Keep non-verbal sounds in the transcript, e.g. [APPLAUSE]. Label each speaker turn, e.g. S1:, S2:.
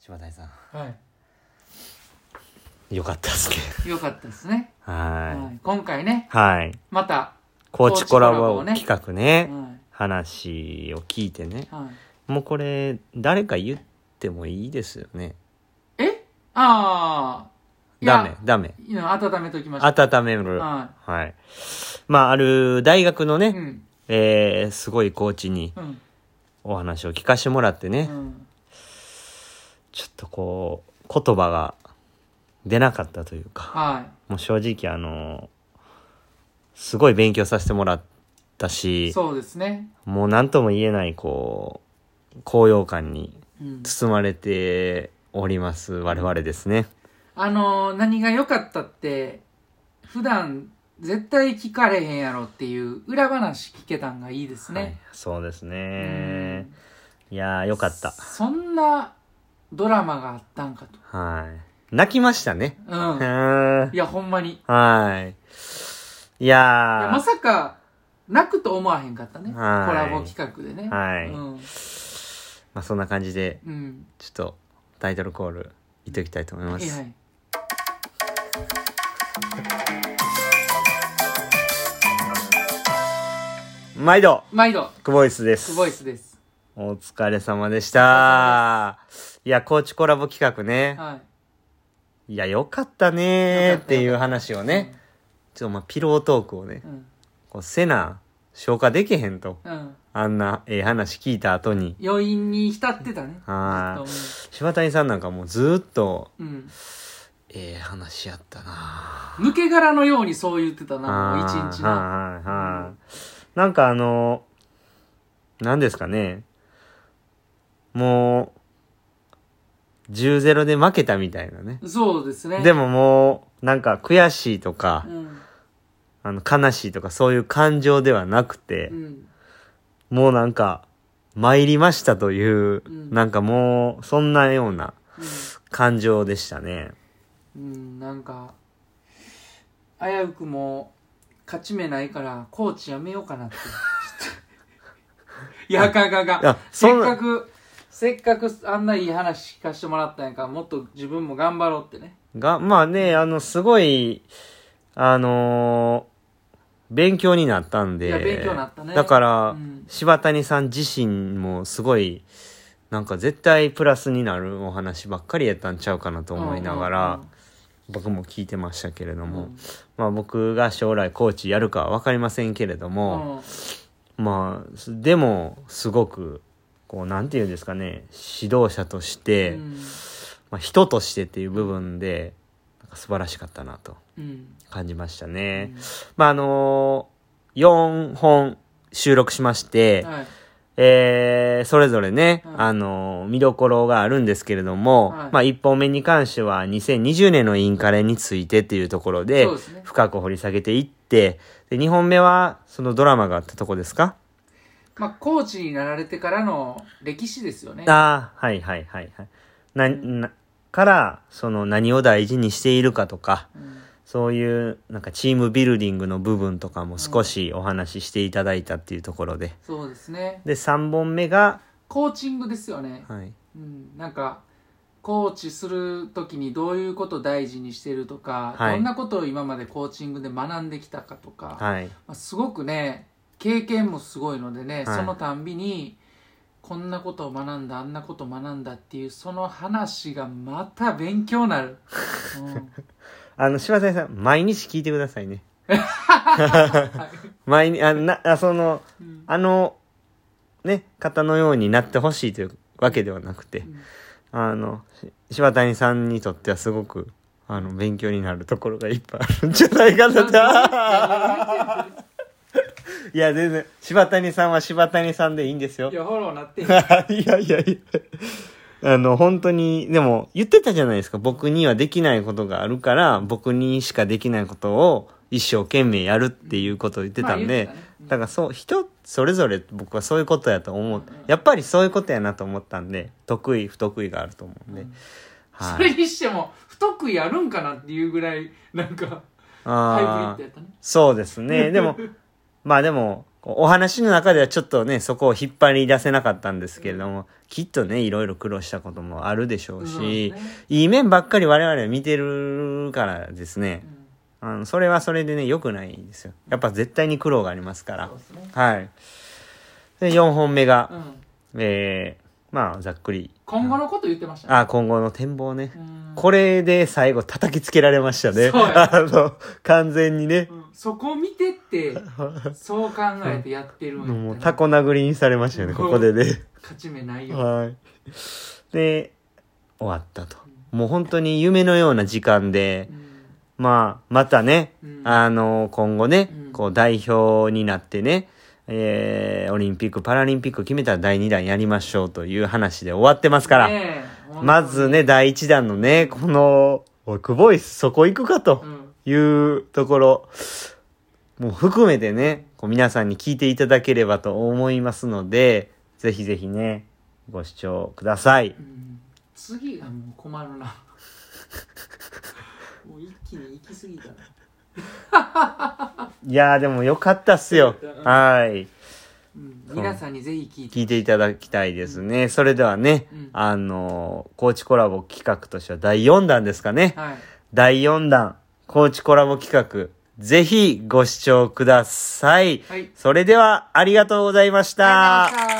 S1: 柴谷さ
S2: は
S1: んよかったっすね
S2: い。よかったですね。
S1: は
S2: はい今回ね、
S1: いはい
S2: また、
S1: 高知コラボ企画
S2: はい
S1: ね話を聞いてね
S2: はい
S1: もうこれ誰か言ってもいいですよね
S2: えああ。いや
S1: ダメ。ダメ
S2: いや温めときましょう。
S1: 温める
S2: は
S1: はいまあある大学のね、
S2: うん。
S1: えーすごいコーチに
S2: うん。
S1: お話を聞かしてもらってね、
S2: うん。
S1: ちょっとこう言葉が出なかったというか
S2: は
S1: もう正直あのすごい勉強させてもらった
S2: い。
S1: し
S2: そうですね。
S1: もう何とも言えないこう高揚感に
S2: うん。
S1: 包まれております我々ですね
S2: あのー何が良かったって、普段絶対聞かれへんやろっていう裏話聞けたんがいいです
S1: はい
S2: ね。
S1: そうです
S2: う
S1: ね
S2: ん
S1: いやーよかった
S2: そんなドラマがあったんかと。
S1: はい泣きましたね
S2: う。
S1: うんーん
S2: いや、ほんまに。い
S1: はいい
S2: や
S1: や
S2: ま
S1: ー
S2: さか、泣くと思わへんかったね。コ
S1: はい
S2: ラボ企画でね。
S1: はい
S2: うん。
S1: まあそんな感じで
S2: うん。
S1: ちょっとタイトルコールいっておきたいと思いま
S2: はい
S1: す、
S2: はい。
S1: 毎度
S2: 毎度、
S1: クボイスです
S2: クボイスです。
S1: お疲れ様でしたいや高知コラボ企画ね
S2: はい
S1: やよかったねーっていう話を
S2: い。
S1: ねちょっとまあピロートークをね
S2: うん。うん。
S1: こうせな消化できへんと
S2: うん。
S1: あんなええ話聞いた後に
S2: 余韻に浸ってたね。
S1: は
S2: ずっ
S1: 柴谷さんなんかもうずーっと
S2: とうん。
S1: ええ話やったな
S2: 抜け殻のようにそう言ってた
S1: ぁ
S2: な、もう一日の。
S1: はいはいはいなんかあの何ですかねもう10-0で負けたみたいなね
S2: そうですね。
S1: でももう、なんか悔しいとか
S2: う、ん。
S1: あの悲しいとかそういう感情ではなくて
S2: う、ん。
S1: もうなんか、参りましたという、
S2: うん
S1: なんかもう、そんなような
S2: う
S1: 感情でしたね。
S2: ん。うん、なんか、危うくもう勝ち目ないから、コーチやめようかなって。ちょっといや、あかんあかんあ
S1: い
S2: かん
S1: や。そ
S2: せ
S1: ん
S2: っ
S1: な
S2: かく、せっかくあんないい話聞かせてもらったんやから、もっと自分も頑張ろうってね。
S1: が、まあね、あの、すごい、あのー勉強になったんで。
S2: いや勉強になったね
S1: だから、
S2: うん
S1: 柴谷さん自身もすごい、なんか絶対プラスになるお話ばっかりやったんちゃうかなと思いながら、僕も聞いてましたけれど
S2: うん、うん
S1: も、
S2: うん
S1: まあ僕が将来コーチやるかは分かりませんけれども、
S2: うん
S1: まあすでもすごくこうなんていうんですかね指導者として、
S2: うん
S1: まあ、人としてっていう部分でなんか素晴らしかったなと
S2: うん
S1: 感じましたね。まああの4本収録しまして、
S2: はい
S1: えーそれぞれね、
S2: はい
S1: あの見どころがあるんですけれども、
S2: はい
S1: まあ1本目に関しては2020年のインカレについてっていうところで
S2: そうですね
S1: 深く掘り下げていってで2本目はそのドラマがあったとこですか、
S2: まあ、コーチになられてからの歴史ですよね。
S1: ああはいはいはいはいな、なからその何を大事にしているかとか
S2: うん
S1: そういうなんかチームビルディングの部分とかも少しお話ししていただいたっていうところで
S2: そうですね。
S1: で3本目が、
S2: コーチングですよね。
S1: はい、
S2: うん、なんか、コーチするときにどういうことを大事にしてるとか、
S1: はい
S2: どんなことを今までコーチングで学んできたかとか、ま
S1: はい
S2: あ、すごくね、経験もすごいのでね、
S1: はい
S2: そのたんびに、こんなことを学んだ、あんなことを学んだっていう、その話がまた勉強になる。うん
S1: あの、柴谷さん、毎日聞いてくださいね。毎日、あ、な、あその、
S2: うん
S1: あの、ね、方のようになってほしいというわけではなくて、
S2: ん
S1: あの、し柴谷さんにとってはすごく、あの、勉強になるところがいっぱいあるんじゃないかなと。 [LAUGHS] いや、全然、柴谷さんは柴谷さんでいいんですよ
S2: い。や、フォローなってへん。
S1: [LAUGHS] いやいやいや。あの、本当に、でも、言ってたじゃないですか。僕にはできないことがあるから、僕にしかできないことを一生懸命やるっていうことを言ってたんで
S2: まあ言ってたね、うん
S1: だからそう、人それぞれ僕はそういうことやと思う。やっぱりそういうことやなと思ったんで、得意、不得意があると思うんで。
S2: そ
S1: はい。
S2: れにしても不得意あるんかなっていうぐらいなんかハイブリッ
S1: あ
S2: ド
S1: ー
S2: やったね [LAUGHS]
S1: そうですね。でも、まあでも、こうお話の中ではちょっとね、そこを引っ張り出せなかったんですけれども、きっとね、いろいろ苦労したこともあるでしょう
S2: そう
S1: し、
S2: ね
S1: いい面ばっかり我々は見てるからですね
S2: う、ん
S1: あのそれはそれでね、良くないんですよ。やっぱ絶対に苦労がありますから
S2: そう。ですね
S1: はい。で、4本目が、
S2: うん
S1: えー、まあ、ざっくり。
S2: 今後のこと言ってましたね
S1: あ、今後の展望ね。
S2: うん
S1: これで最後叩きつけられましたね。
S2: そう
S1: [LAUGHS]
S2: や
S1: あの、完全にね
S2: う。んそこ見てってそう考えてやってるんやったな
S1: もうタコ殴りにされましたよね、ここでね。
S2: 勝ち目ないよ
S1: はい。で、終わったと。もう本当に夢のような時間で
S2: う、ん
S1: まあ、またね、
S2: うん
S1: あの、今後ね
S2: うん、
S1: こう代表になってね、えー、オリンピック、パラリンピック決めたら第2弾やりましょうという話で終わってますから、
S2: ねえ本当に
S1: まずね、第1弾のね、この、おい、クボイス、そこ行くかと
S2: うん
S1: いうところ、もう含めてね、こう皆さんに聞いていただければと思いますので、ぜひぜひね、ご視聴ください。
S2: うん次がもう困る
S1: [LAUGHS]
S2: なもう一気に行き過ぎたない
S1: やーでもよかったっすよ
S2: うん。
S1: はい。
S2: うん
S1: そう
S2: 皆さんにぜひ聞いて
S1: 聞いていただきたいですね。それではね、
S2: うん
S1: あのー、コーチコラボ企画としては第4弾ですかね。
S2: はい
S1: 第4弾、コーチコラボ企画、ぜひご視聴ください。
S2: はい
S1: それでは、ありがとうございました。
S2: ありがとうございました